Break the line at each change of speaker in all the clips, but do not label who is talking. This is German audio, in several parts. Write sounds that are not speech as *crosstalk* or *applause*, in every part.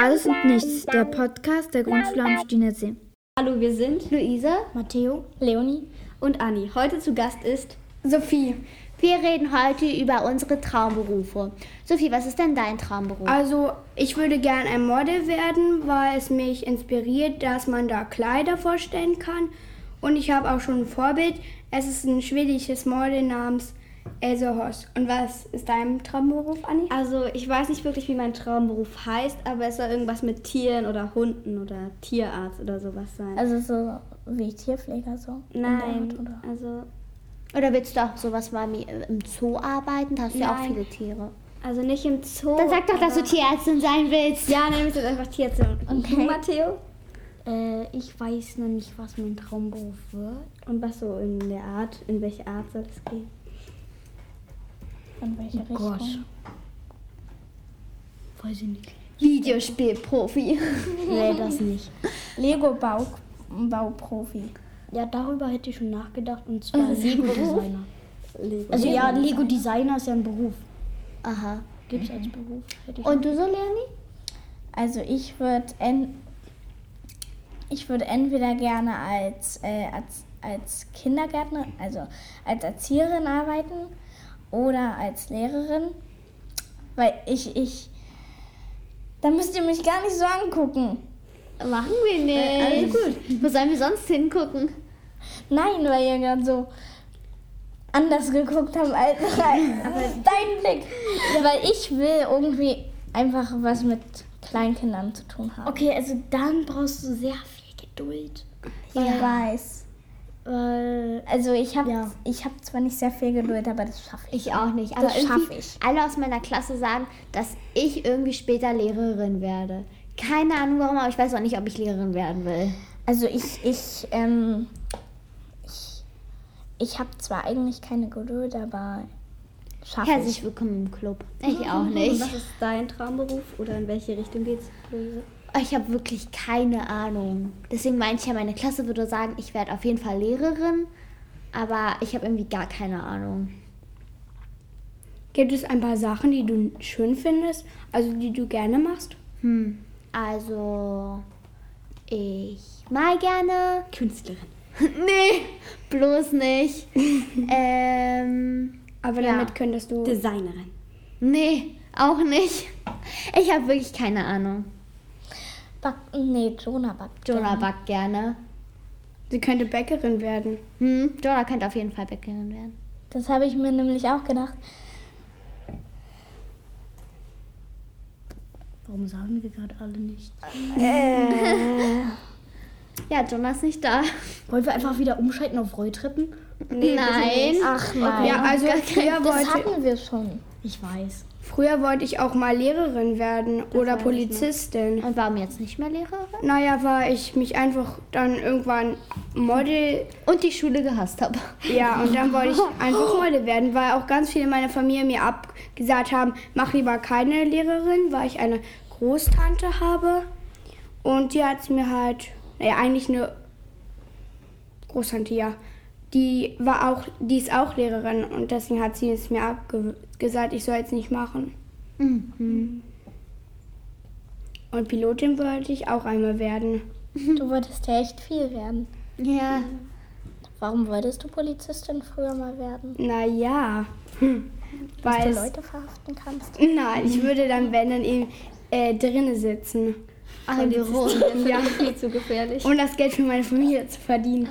Alles und Nichts, der Podcast der Grundschule am Stienersee.
Hallo, wir sind
Luisa
Matteo, Leonie.
und Anni. Heute zu Gast ist
Sophie. Wir reden heute über unsere Traumberufe. Sophie, was ist denn dein Traumberuf?
Also, ich würde gern ein Model werden, weil es mich inspiriert, dass man da Kleider vorstellen kann. Und ich habe auch schon ein Vorbild. Es ist ein schwedisches Model namens Else Hoss. Und was ist dein Traumberuf, Anni?
Also, ich weiß nicht wirklich, wie mein Traumberuf heißt, aber es soll irgendwas mit Tieren oder Hunden oder Tierarzt oder sowas sein.
Also so wie Tierpfleger so. in der
Nein,
Art, Oder?
also,
Oder willst du auch sowas mal mi- im Zoo arbeiten? Da hast du ja auch
Nein.
viele Tiere.
also nicht im Zoo.
Dann sag doch, dass du Tierärztin sein willst.
Ja, nein, wir sind einfach Tierärztin. Und du,
Okay.
Matteo?
ich weiß noch nicht, was mein Traumberuf wird.
Und was so in der Art, in welche Art soll es gehen?
In welche
Oh
Richtung.
Weiß ich nicht.
Videospielprofi.
Nee, das nicht.
Lego Bau, Bauprofi.
Ja, darüber hätte ich schon nachgedacht
*laughs*
und zwar Lego-Designer.
Lego.
*laughs*
Also ja, Lego-Designer ist ja ein Beruf.
Aha.
Gibt es als Beruf. Hätte ich
Und du so, Leonie?
Also ich würde en ich würde entweder gerne als, äh, als, als Kindergärtnerin, also als Erzieherin arbeiten oder als Lehrerin, weil ich, ich, da müsst ihr mich gar nicht so angucken.
Machen wir nicht. Also Äh, gut. Wo sollen wir sonst hingucken?
Nein, weil ihr gerade so anders geguckt habt als, *laughs* als dein Blick. Ja, weil ich will irgendwie einfach was mit Kleinkindern zu tun haben.
okay, also dann brauchst du sehr viel Geduld.
Ich weiß.
Weil
Also ich habe
Ja.
ich hab zwar nicht sehr viel Geduld, aber das schaffe ich.
Ich auch nicht. Aber
Das
irgendwie
schaff ich.
alle aus meiner Klasse sagen, dass ich irgendwie später Lehrerin werde. Keine Ahnung warum, aber ich weiß auch nicht, ob ich Lehrerin werden will.
Also ich, ich, ähm, ich, ich habe zwar eigentlich keine Geduld, aber schaffe ich.
also
Herzlich willkommen im Club. Ich
*laughs*
auch
Und
nicht.
was ist dein Traumberuf oder in welche Richtung geht's, Luise?
Oh, Ich habe wirklich keine Ahnung. Deswegen meinte ich ja, meine Klasse würde sagen, ich werde auf jeden Fall Lehrerin. Aber ich habe irgendwie gar keine Ahnung.
Gibt es ein paar Sachen, die du schön findest, also die du gerne machst?
Hm. Also, ich mal gerne. *laughs*
Künstlerin.
nee, bloß nicht. ähm,
Aber
Ja.
damit könntest du.
Designerin.
nee, auch nicht. Ich habe wirklich keine Ahnung.
Back, nee, Jonah backt.
Jonah
gerne.
backt gerne.
Sie könnte Bäckerin werden.
Hm, Jonah könnte auf jeden Fall Bäckerin werden.
Das habe ich mir nämlich auch gedacht.
warum sagen wir gerade alle nicht?
Ja, Jonah ist nicht da.
Wollen wir einfach wieder umschalten auf Rolltreppen?
Nein.
Ach nein.
Ja, also früher
das
wollte,
hatten wir schon.
Ich weiß.
früher wollte ich auch mal Lehrerin werden oder Polizistin.
Und warum jetzt nicht mehr Lehrerin?
Naja, weil ich mich einfach dann irgendwann Model
Und die Schule gehasst habe.
Ja, und dann wollte
*laughs*
ich einfach Model werden, weil auch ganz viele meiner Familie mir abgesagt haben, mach lieber keine Lehrerin, weil ich eine Großtante habe. Und die hat mir halt, naja, eigentlich eine Großtante, ja. Die war auch, die ist auch Lehrerin und deswegen hat sie es mir abgesagt, ich soll jetzt nicht machen. Und Pilotin wollte ich auch einmal werden.
Du wolltest ja echt viel werden.
Ja.
Warum wolltest du Polizistin früher mal werden?
Naja. Hm.
Dass du
Weil es-
Leute verhaften kannst?
Nein, ich würde dann, wenn, dann eben äh, drinnen sitzen,
Ach, im Büro.
*laughs*
Ja, viel zu gefährlich.
um das Geld für meine Familie zu verdienen.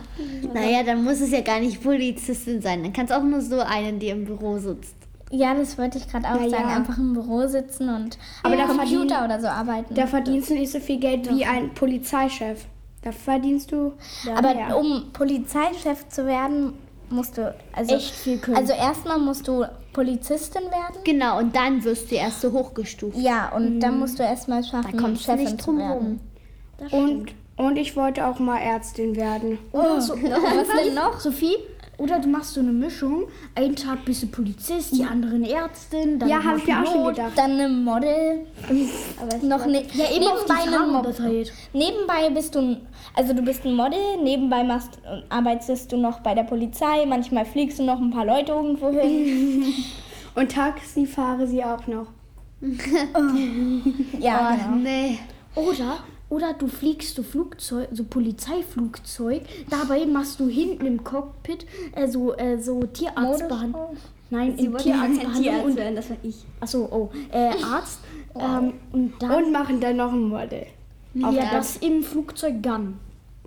Naja, dann muss es ja gar nicht Polizistin sein. Dann kann es auch nur so eine, die im Büro sitzt.
Ja, das wollte ich gerade auch
Na
sagen.
ja.
Einfach im Büro sitzen und
Aber da
am Computer
verdienen-
oder so arbeiten.
Da verdienst du nicht so viel Geld wie ein Polizeichef. Da verdienst du.
Aber
mehr.
um Polizeichef zu werden, musst du also
Echt viel können.
Also erstmal musst du Polizistin werden.
Genau, und dann wirst du erst so hochgestuft.
Ja, und dann musst du erstmal schaffen,
Da kommst du
Chefin
nicht
zu
drum rum.
werden.
Und, und ich wollte auch mal Ärztin werden.
Oh.
Oder so, was denn noch? Sophie? Oder du machst so eine Mischung. Einen Tag bist du Polizist, die anderen Ärztin. Dann
ja, habe ich mir auch schon gedacht.
Dann eine Model. noch nicht. Ja,
Eben auf die
eine
Farben
Model.
unterteilt.
Nebenbei bist du, ein- also du bist ein Model, nebenbei machst, arbeitest du noch bei der Polizei, manchmal fliegst du noch ein paar Leute irgendwo hin.
Und Taxi fahre sie auch noch.
ja, genau.
Nee.
Oder, oder du fliegst so Flugzeug, so Polizeiflugzeug, dabei machst du hinten im Cockpit äh, so, äh, so Tierarztbehandlung. Nein,
Sie
in
wollten
*laughs*
ja kein
Tierarztbehandlung.
Tierarzt
Und,
werden, das war ich.
achso, oh, äh, Arzt. Ähm, und dann
Und machen dann noch ein Model.
ja, das im Flugzeug Gun.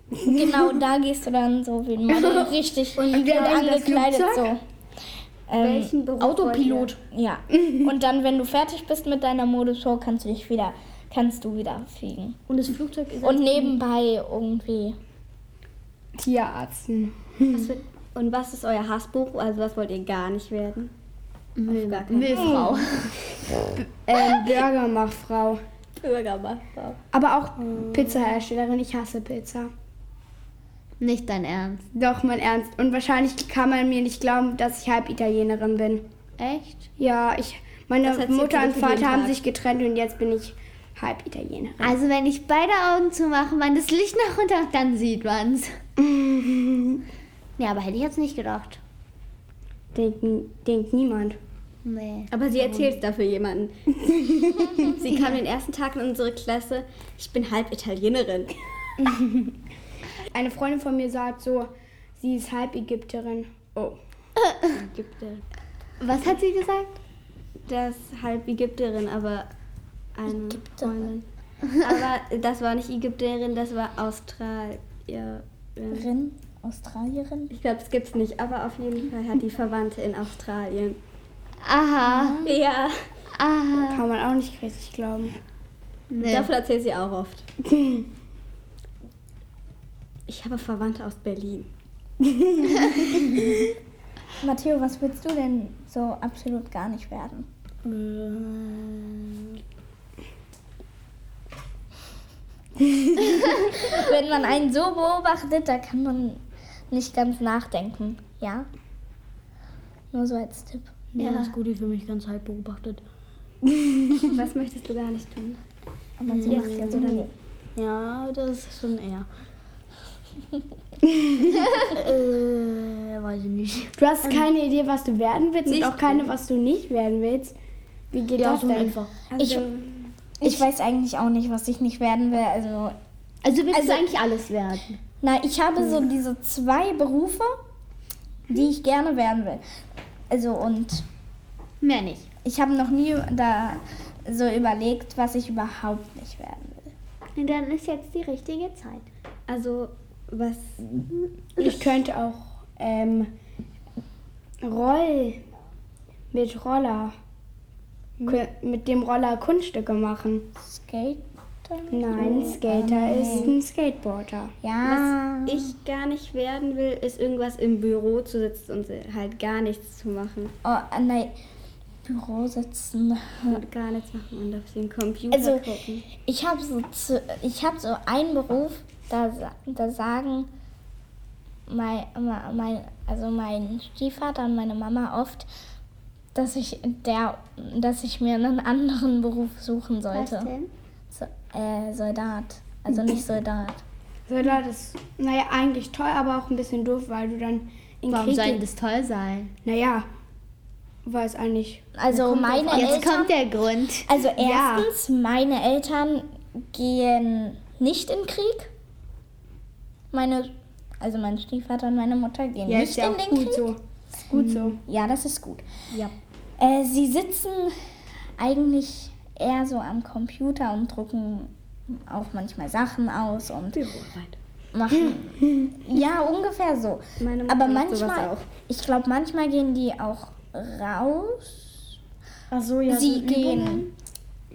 Genau, da gehst du dann so wie ein Model, richtig und,
wer denkt das
angekleidet so.
Flugzeug?
Ähm,
Welchen Beruf
Autopilot.
ja. Und dann, wenn du fertig bist mit deiner Modeshow, kannst du dich wieder, kannst du wieder fliegen.
Und das Flugzeug ist
Und nebenbei irgendwie.
Tierarzt.
wollt ihr? Und was ist euer Hassbuch? Also was wollt ihr gar nicht werden? Auf gar keinen
Müllfrau.
Ähm, Bürgermachfrau.
Bürgermeister.
Aber
Oh.
auch Pizzaherstellerin. Ich hasse Pizza.
Nicht dein Ernst.
Doch, mein Ernst. Und wahrscheinlich kann man mir nicht glauben, dass ich halb Italienerin bin.
Echt?
Ja, ich.
Das
Meine
erzählt sie
Mutter und
wirklich jeden
Vater haben
Tag.
sich getrennt und jetzt bin ich halb Italienerin.
Also wenn ich beide Augen zumache, man das Licht nach und nach, dann sieht man's. ja, aber hätte ich jetzt nicht gedacht.
Denkt, n- denkt niemand.
Nee.
Aber sie erzählt es dafür
*laughs*
jemanden. sie kam den ersten Tag in unsere Klasse. Ich bin halb Italienerin.
*laughs* Eine Freundin von mir sagt so, sie ist halb Ägypterin. Oh.
Ägypter.
Was hat sie gesagt?
Das ist halb Ägypterin, aber eine Freundin. Aber das war nicht Ägypterin, das war Australierin.
Rin, Australierin?
Ich glaube, es gibt's nicht, aber auf jeden Fall hat die Verwandte in Australien.
Mhm.
Aha,
Ja,
aha.
Kann man auch nicht richtig glauben.
Nee.
davon erzählt sie auch oft. Ich habe Verwandte aus Berlin.
Matteo, was willst du denn so absolut gar nicht werden? Wenn man einen so beobachtet, da kann man nicht ganz nachdenken, ja? Nur so als Tipp.
Ja, das Gute für mich ganz halb beobachtet.
Was möchtest du gar nicht tun?
Aber man so macht ja so lange.
Ja, das ist
*laughs*
schon eher. äh, weiß ich nicht.
Du hast keine Idee, was du werden willst
nicht
und auch keine, was du nicht werden willst. Wie geht
Ja,
das
so
denn?
einfach.
Ich,
Also,
ich weiß eigentlich auch nicht, was ich nicht werden will. Also,
Also willst
Also-
du eigentlich alles werden?
na, ich habe so
Hm.
diese zwei Berufe, die ich gerne werden will. Also, und
Mehr nicht.
ich habe noch nie da so überlegt, was ich überhaupt nicht werden will.
Und dann ist jetzt die richtige Zeit.
Also, was Also
Ich könnte auch ähm, Roll mit Roller. Kö- Mit dem Roller Kunststücke machen.
Skater? Ähm,
Nein, ein
Oh,
Skater ist ein Skateboarder.
Ja.
ich gar nicht werden will, ist irgendwas im Büro zu sitzen und halt gar nichts zu machen.
Oh, nein. Büro sitzen.
Und gar nichts machen und auf den Computer
Also-
gucken.
Ich habe so, zu- ich hab so einen Beruf, da, sa- da sagen mein, ma- mein, also mein Stiefvater und meine Mama oft, dass ich, der, dass ich mir einen anderen Beruf suchen sollte.
denn?
So, äh, Soldat. Also
*laughs*
nicht Soldat.
Roller ist, naja, eigentlich toll, aber auch ein bisschen doof, weil du dann in
Warum
Krieg
soll denn
gehst.
das toll sein?
Naja, weiß eigentlich.
Also meine
Jetzt
Eltern.
kommt der Grund.
Also
Ja.
erstens, meine Eltern gehen nicht in Krieg. Meine, also mein Stiefvater und meine Mutter gehen
Ja,
nicht
ist ja
in
auch
den
gut
Krieg.
so.
Hm.
Ist gut so.
Ja, das ist gut. Äh, sie sitzen eigentlich eher so am Computer und drucken auch manchmal Sachen aus und
Büroarbeit.
machen. ja, ungefähr so.
Meine Mutter
Aber
macht sowas
manchmal,
auch.
ich glaube, manchmal gehen die auch raus.
Ach so, ja.
Sie gehen.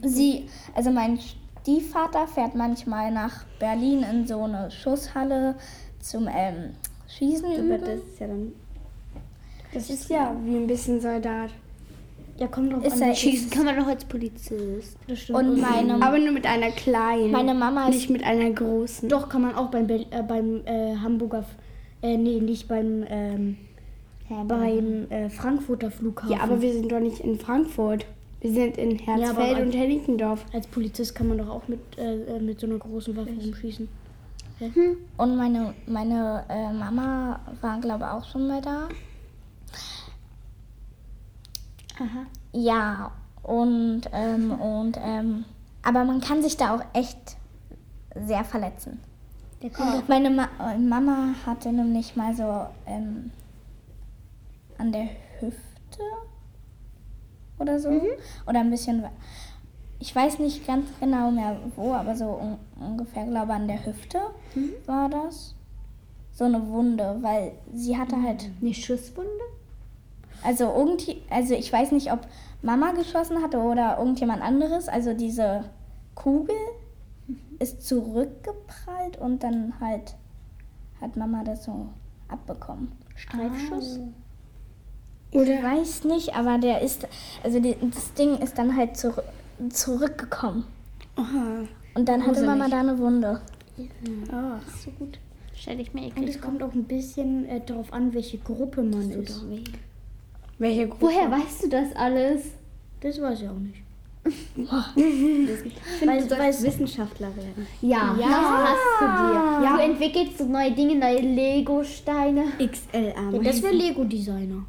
Sie, also mein Stiefvater fährt manchmal nach Berlin in so eine Schusshalle zum ähm, Schießen
Aber
üben.
das ist ja dann.
Das ist ja wie ein bisschen Soldat.
Ja, kommt drauf
Ist
an.
er,
Schießen kann man doch als Polizist.
Das stimmt.
und meine,
Aber nur mit einer kleinen.
meine Mama ist
nicht mit einer großen.
Doch, kann man auch beim, Bel- äh, beim äh, Hamburger, F- äh, nee, nicht beim, ähm, beim äh, Frankfurter Flughafen.
Ja, aber wir sind doch nicht in Frankfurt. Wir sind in
Ja,
Herzfeld
aber-
und Hennickendorf.
als Polizist kann man doch auch mit, äh, äh, mit so einer großen Waffe rumschießen.
Und meine, meine äh, Mama war, glaube ich, auch schon mal da. Ja, und, ähm, und, ähm, aber man kann sich da auch echt sehr verletzen. Meine Ma äh, Mama hatte nämlich mal so ähm, an der Hüfte oder so. Oder ein bisschen. we- Ich weiß nicht ganz genau mehr wo, aber so un ungefähr, glaube ich, an der Hüfte war das. So eine Wunde, weil sie hatte halt.
Eine Schusswunde?
Also irgendwie, also ich weiß nicht, ob Mama geschossen hatte oder irgendjemand anderes. Also diese Kugel ist zurückgeprallt und dann halt hat Mama das so abbekommen.
Streifschuss?
Ich weiß nicht, aber der ist, also die, das Ding ist dann halt zur, zurückgekommen. Und dann hatte Mama da eine Wunde.
Ah, so gut.
Stelle ich mir
Und es kommt auch ein bisschen äh, darauf an, welche Gruppe man ist.
Welche Gruppe?
Woher weißt du das alles?
Das weiß ich auch *laughs* nicht.
Ich finde,
Weil-
du sollst
weil es-
Wissenschaftler werden.
Ja, das passt zu dir. Du entwickelst so neue Dinge, neue Lego-Steine.
Ja,
XL-Arme.
das wäre Lego-Designer.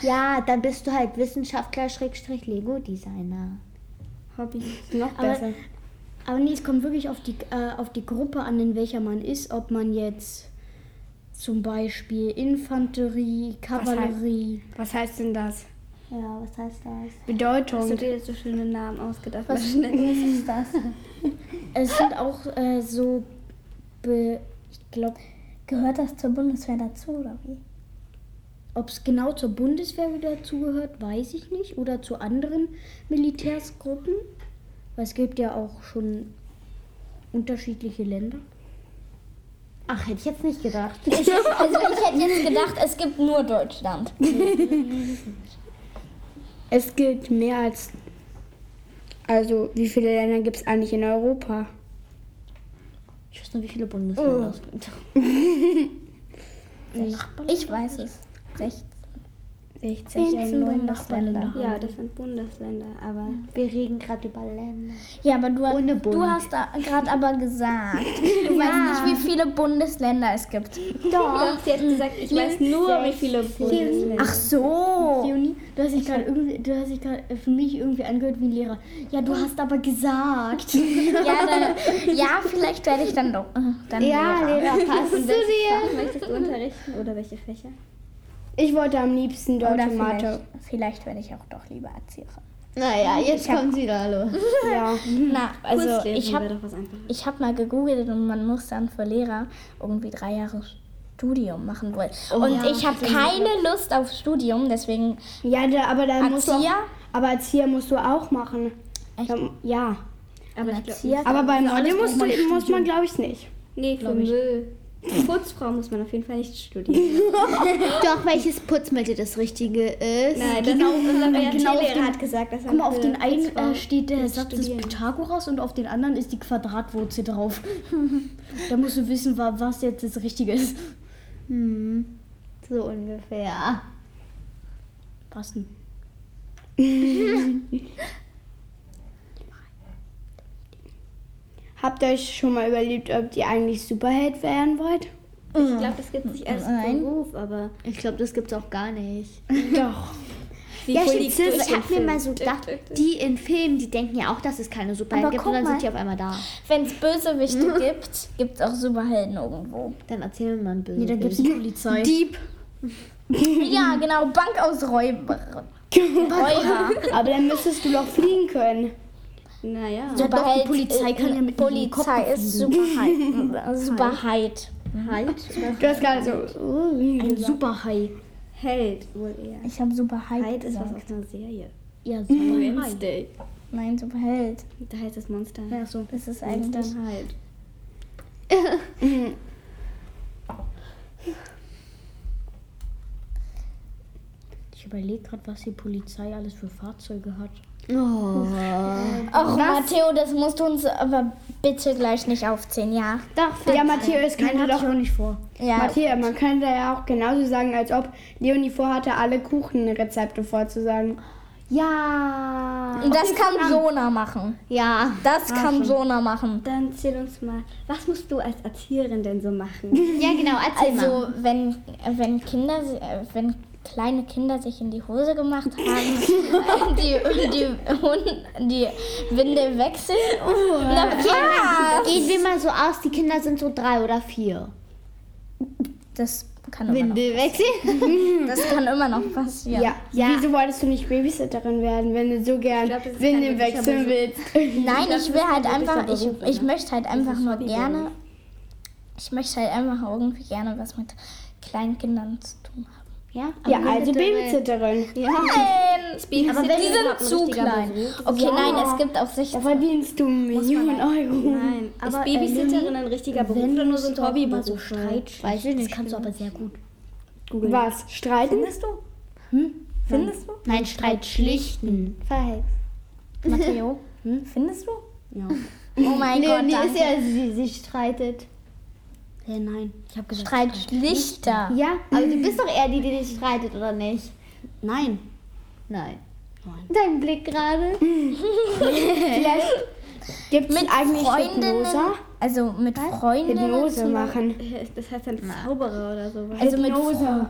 Ja, dann bist du halt Wissenschaftler-Lego-Designer.
Hobby. Noch
Aber,
besser.
aber nee, es kommt wirklich auf die, äh, auf die Gruppe an, in welcher man ist. Ob man jetzt zum Beispiel Infanterie, Kavallerie.
Was heißt denn das?
Ja, was heißt das?
Hast du
Bedeutung.
dir jetzt so schöne Namen ausgedacht? Was,
*laughs*
ist das?
Es sind auch äh, so. Be ich glaube,
Gehört das zur Bundeswehr dazu oder wie?
ob es genau zur Bundeswehr wieder dazugehört, weiß ich nicht. Oder zu anderen Militärsgruppen. Weil es gibt ja auch schon unterschiedliche Länder.
Ach, hätte ich jetzt nicht gedacht.
Also ich hätte jetzt gedacht, es gibt nur Deutschland.
Es gilt mehr als. Also, wie viele Länder gibt es eigentlich in Europa?
Ich weiß nur, wie viele Bundesländer es gibt.
Ich weiß es. 16.
16
Bundesländer.
Ja, das sind Bundesländer, aber
Wir reden gerade über Länder.
Ja, aber du,
Ohne
du
Bund.
hast gerade aber gesagt,
*laughs*
du weißt nicht, wie viele Bundesländer es gibt.
Du hast jetzt gesagt, ich weiß nur, wie viele Bundesländer.
Ach so.
Leonie, du hast dich gerade irgendwie, du hast dich gerade äh, für mich irgendwie angehört wie ein Lehrer. Ja, du hast aber
*laughs*
gesagt.
Ja, dann, ja vielleicht werde ich dann doch. Dann
Ja,
Lehrer.
*laughs*
Lehrer, passt zu dir.
Ach, möchtest du unterrichten oder welche Fächer?
Ich wollte am liebsten Deutsch
Oder
und Mathe.
vielleicht, vielleicht werde ich auch doch lieber Erzieherin.
Naja, jetzt kommt sie da los.
Ja.
Na, also
Kunstlehrerin
ich
wäre
habe
doch was einfaches.
ich hab mal gegoogelt und man muss dann für Lehrer irgendwie drei Jahre Studium machen wollen. und ich habe keine Lust auf Studium, deswegen
Ja, da, aber dann musst du. Auch,
Erzieher.
aber Erzieher musst du auch machen.
Echt?
Dann- Ja.
Aber ich glaub,
Erzieher.
Aber bei Mathe musst du, muss man, glaube ich, nicht.
nee, für Müll. Putzfrau muss man auf jeden Fall nicht studieren.
Doch, welches Putzmittel das Richtige ist.
Nein, das
*laughs*
genau, unser
genau auf
BRT-Lehrer
dem-
hat gesagt, dass er
Guck mal, auf
für
den einen
Putzfrau
äh, steht der
nicht
Satz des
studieren.
Pythagoras und auf den anderen ist die
*laughs*
Quadratwurzel drauf. da musst du wissen, wa- was jetzt das Richtige ist.
Hm, so ungefähr.
Passen.
*laughs* Habt ihr euch schon mal überlegt, ob ihr eigentlich Superheld werden wollt?
Ich glaube, das gibt es nicht als
Nein.
Beruf, aber
Hm, Ich glaube, das gibt's auch gar *laughs* nicht.
Doch.
sie
Ja, stimmt,
verliebt
Sis,
durch
ich
den
hab mir
Film.
mal so gedacht, die in Filmen, die denken ja auch, dass es keine Superhelden
Aber
gibt
guck
und dann
mal.
sind die auf einmal da.
Wenn es Bösewichte gibt, gibt es auch Superhelden irgendwo.
Dann erzählen man böse.
Nee, dann gibt's die Polizei.
Dieb.
Ja, genau, Bankausräuber. Räuber.
Aber dann müsstest du doch fliegen können.
Naja.
Ja, doch, die
Superheld- äh,
Polizei kann ja mit dem
Polizei
Helikopter
ist Superheit. Superheit.
Du hast gerade so. uh,
Ein Superhai.
Held wohl eher.
Ich habe Superheit.
Held ist was
Hm.
gesagt.
aus einer Serie.
Ja, Superhai.
Wednesday.
Nein, Superheld.
Da Also, heißt das Monster.
Ja, so.
Das ist
Monster
eigentlich.
halt.
Ich überlege gerade, was die Polizei alles für Fahrzeuge hat.
Oh.
Ach, Matteo, das musst du uns aber bitte gleich nicht aufziehen, ja?
Doch, ja, Matthäus könnte
Nein, hatte ich
doch.
auch nicht vor.
Ja.
Matthäus, man könnte ja auch genauso sagen, als ob Leonie vorhatte, alle Kuchenrezepte vorzusagen.
Ja.
Und das kann Sona machen.
Ja.
Das kann Sona machen.
Dann zähl uns mal. Was musst du als Erzieherin denn so machen?
Ja, genau, erzähl mal.
Also, wenn, wenn Kinder, si- äh, wenn kleine Kinder sich in die Hose gemacht haben, die, die, Hund- die Windel wechseln. Na, ja,
Gehen wir mal so aus, die Kinder sind so drei oder vier.
Das kann immer noch,
*laughs* wechseln?
das kann immer noch passieren.
Ja. Wieso wolltest du nicht Babysitterin werden, wenn du so gern
glaub, das ist kein
Windeln
wirklicher
wechseln willst?
Nein, ich will halt
ein
einfach, ich,
gewisser Beruf,
ich möchte halt einfach
ist
nur
Hobby,
gerne, ich möchte halt einfach irgendwie gerne was mit kleinen Kindern zu tun haben.
Ja,
Ja, also Babysitterin.
Nein!
Aber
Die sind zu klein. Okay, nein, es gibt auf sich.
Da verdienst du Millionen Euro.
Nein, aber
Aber,
ist
äh,
Babysitterin ein richtiger Beruf oder nur so ein Hobbyberuf?
so Streit.
Weiß ich
Das
nicht.
kannst du aber sehr gut.
Was? Streiten?
Findest du?
Nein, Streit schlichten. Verhext.
*laughs*
Matteo, findest du?
Ja.
Oh mein Gott, danke.
ja, sie, sie streitet.
Äh, nein.
Ich habe gesagt,
Streitschlichter.
Ja, aber du bist doch eher die, die dich streitet, oder nicht?
Nein.
Nein. Dein Blick gerade.
Gibt es
Mit
eigentlich
Freundinnen,
Hypnose?
also mit Freundinnen.
Hypnose
zu-
machen.
Das heißt ein Zauberer oder sowas.
Also mit
Hypnose.
Fre-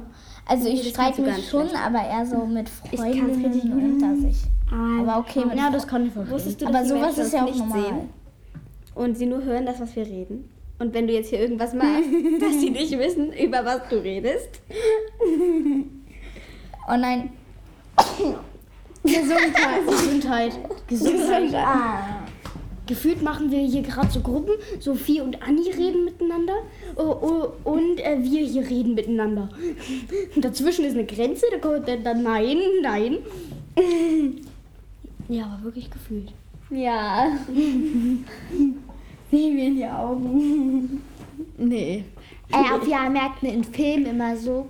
Also ich streite
du gar
mich
nicht
schon, aber eher so mit Freundinnen unter sich. Aber okay, mit
ja, das kann ich verstehen.
Wusstest du, dass
aber
die
sowas
Menschen
ist ja
uns
auch normal.
sehen und sie nur hören das, was wir reden? Und wenn du jetzt hier irgendwas
*laughs*
machst, dass sie nicht wissen, über was du redest.
Oh nein,
Gesundheit. Gesundheit. Gefühlt machen wir hier gerade so Gruppen. Sophie und Anni reden miteinander. Oh, oh, und äh, wir hier reden miteinander. Dazwischen ist eine Grenze, da kommt dann, dann nein, nein. Ja, aber wirklich gefühlt.
*laughs* Ja.
Sieh mir in die Augen. Nee.
Äh, aber wir merken in Filmen immer so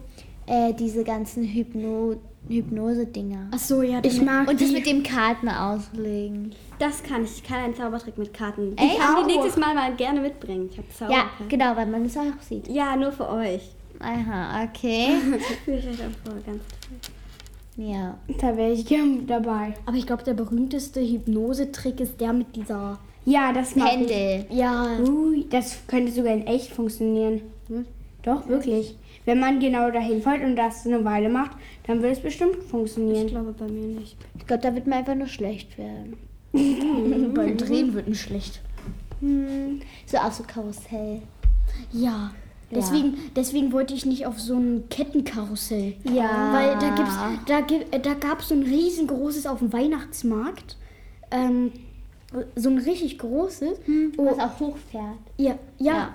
äh, diese ganzen Hypno Hypnose-Dinger.
Ach so, ja.
Ich mag
Und das
die.
mit dem Karten auslegen.
Das kann ich. Ich kann einen Zaubertrick mit Karten.
Ey,
ich kann
auch.
die nächstes Mal mal gerne mitbringen. Ich habe
Ja,
Zauberkarten.
genau, weil man es auch sieht.
Ja, nur für euch. *laughs*
Aha, okay. *laughs*
Das fühle ich euch auch vor. Ganz
Ja.
Da wäre ich gern dabei.
Aber ich glaube, der berühmteste Hypnosetrick ist der mit dieser.
Ja, das mag ich.
Pendel.
Ja.
Ui, das könnte sogar in echt funktionieren. Hm? Doch, wirklich. Wenn man genau dahin folgt und das eine Weile macht, dann wird es bestimmt
ich
funktionieren.
glaube bei mir nicht.
Ich glaube, da wird mir einfach nur schlecht *laughs* werden. *laughs*
Beim Drehen wird nicht schlecht.
Hm. So auf so Karussell.
Ja. Deswegen, deswegen wollte ich nicht auf so ein Kettenkarussell.
Ja.
Weil da gibt's, da, gibt, äh, da gab es so ein riesengroßes auf dem Weihnachtsmarkt. Ähm, so ein richtig großes.
Hm.
Oh,
Was auch hochfährt.
ja, ja.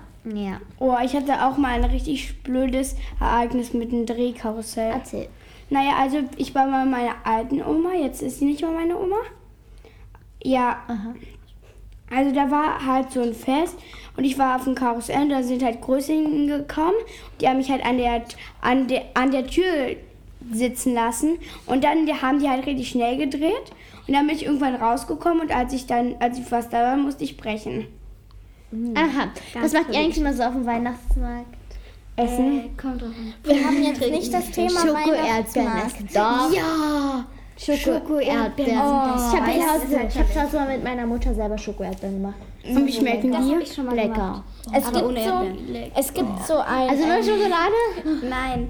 Hm. Ja.
Oh, ich hatte auch mal ein richtig blödes Ereignis mit dem Drehkarussell.
Erzähl.
Naja, also ich war mal meiner alten Oma, jetzt ist sie nicht mehr meine Oma. Ja. Also da war halt so ein Fest und ich war auf dem Karussell und da sind halt Größlingen gekommen. Die haben mich halt an der, an der, an der Tür sitzen lassen und dann die, haben die halt richtig schnell gedreht und dann bin ich irgendwann rausgekommen und als ich dann, als ich fast da war, musste ich brechen.
Aha. Was macht ihr eigentlich immer so auf dem Weihnachtsmarkt?
Essen.
wir haben jetzt nicht das Thema
Schoko-Erdbeeren.
Weihnachtsmarkt.
essen. Doch.
Ja.
Äh,
Schoko-Erdbeeren.
Oh,
ich habe zu Hause- ich hab zu Hause mal mit meiner Mutter selber Schoko-Erdbeeren gemacht.
Und wie schmecken
Das
die?
habe ich schon mal gemacht.
Lecker.
Es
Aber
gibt,
ohne
so,
Erdbeeren.
es gibt so ein, äh,
Also nur Schokolade?
Nein.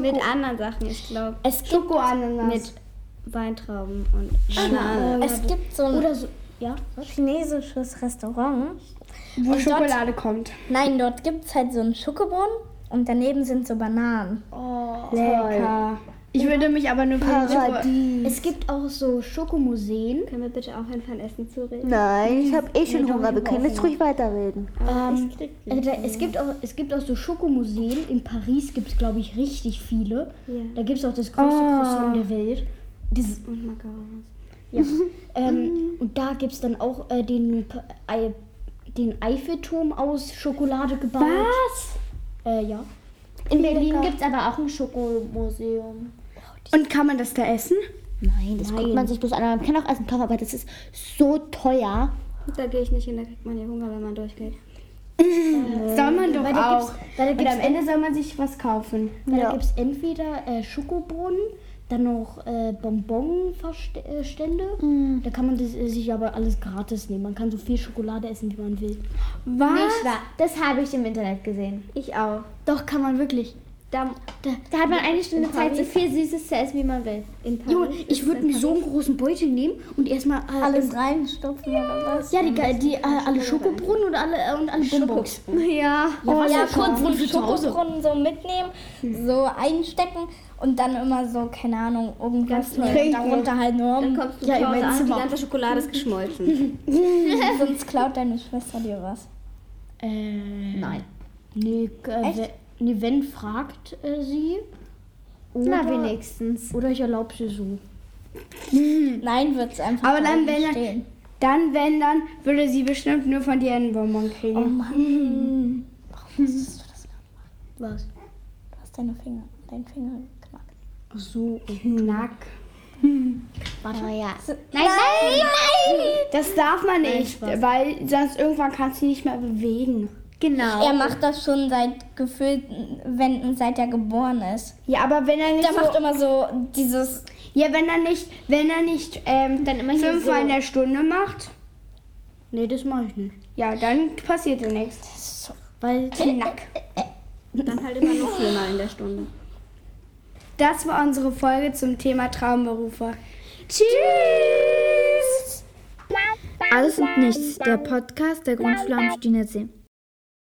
Mit anderen Sachen, ich glaube.
es gibt,
Schokoananas.
Mit Weintrauben und Banane.
es gibt so ein
Oder so. Ja.
chinesisches Restaurant.
Wo Schokolade kommt.
Nein, dort gibt es halt so einen Schokobrunnen und daneben sind so Bananen.
Lecker. Ich würde mich aber nur für die Schoko-
Es gibt auch so Schokomuseen.
Können wir bitte aufhören, von Essen zu reden?
Nein, ich habe eh schon Hunger. Wir können jetzt ruhig weiterreden.
Ähm,
ich krieg
äh, da, es, gibt auch, es gibt auch so Schokomuseen. In Paris gibt es, glaube ich, richtig viele.
Ja.
Da gibt es auch das größte
Ah.
Croissant der Welt. Das ist
Und Macarons.
Ähm, und da gibt es dann auch äh, den, P- Ei, den Eiffelturm aus Schokolade gebaut. Was? Äh, ja.
In Berlin gibt es aber auch ein Schokomuseum.
Und kann man das da essen?
Nein, das guckt man sich bloß an. Man kann auch Essen kaufen, aber das ist so teuer.
Da gehe ich nicht hin, da kriegt man ja Hunger, wenn man durchgeht.
*laughs* Soll man doch
da
auch.
gibt's- weil da
Und
gibt's
am Ende soll man sich was kaufen.
Weil Da gibt es entweder äh, Schokobrunnen, dann noch äh, Bonbonverstände. Da kann man das, äh, sich aber alles gratis nehmen. Man kann so viel Schokolade essen, wie man will.
Was?
Nicht wahr? Das habe ich im Internet gesehen.
Ich auch.
Doch, kann man wirklich. Da,
Da hat man eine Stunde Zeit, so viel Süßes zu essen, wie man will.
Junge, ich würde mir so einen großen Beutel nehmen und erstmal äh,
Alles reinstopfen oder was?
Ja, die, ge- die äh, alle Schokobrunnen und alle, äh, und alle Bonbons.
Ja.
Oh, ja,
Schokobrunnen für zu Hause. Hm.
Schokobrunnen so mitnehmen, so einstecken und dann immer so, keine Ahnung, irgendwas darunter halt nur.
kommst du
Ja,
ja, zu
in
Hause
mein
an, die
Zimmer.
ganze Schokolade ist geschmolzen.
Sonst klaut deine Schwester dir was.
Nein.
Nee, ne, äh,
Echt?
we- nee, wenn fragt äh, sie.
Na, wenigstens.
Oder ich erlaube sie so.
Nein, wird's einfach
Aber dann,
draußen
wenn er-
stehen.
*laughs* Dann, wenn, dann würde sie bestimmt nur von dir einen Bonbon kriegen.
Oh Mann. Warum musstest du das machen?
Was?
Du hast deine Finger, deinen Finger geknackt.
Ach so, knack.
Oh ja.
Nein, nein, nein!
Das darf man nicht, weil sonst irgendwann kannst du dich nicht mehr bewegen.
Genau.
Er macht das schon seit gefühlt, wenn, seit er geboren ist.
Ja, aber wenn er nicht
Der
so,
macht immer so dieses
ja, wenn er nicht, wenn er nicht ähm,
Dann immer hier
fünfmal
so.
in der Stunde macht,
Nee, das mache ich nicht.
ja, dann passiert dir nichts. Äh,
Weil
Knack.
Dann halt immer nur viermal in der Stunde.
Das war unsere Folge zum Thema Traumberufe. Tschüss.
Alles und nichts, der Podcast der Grundschule am Stinersee.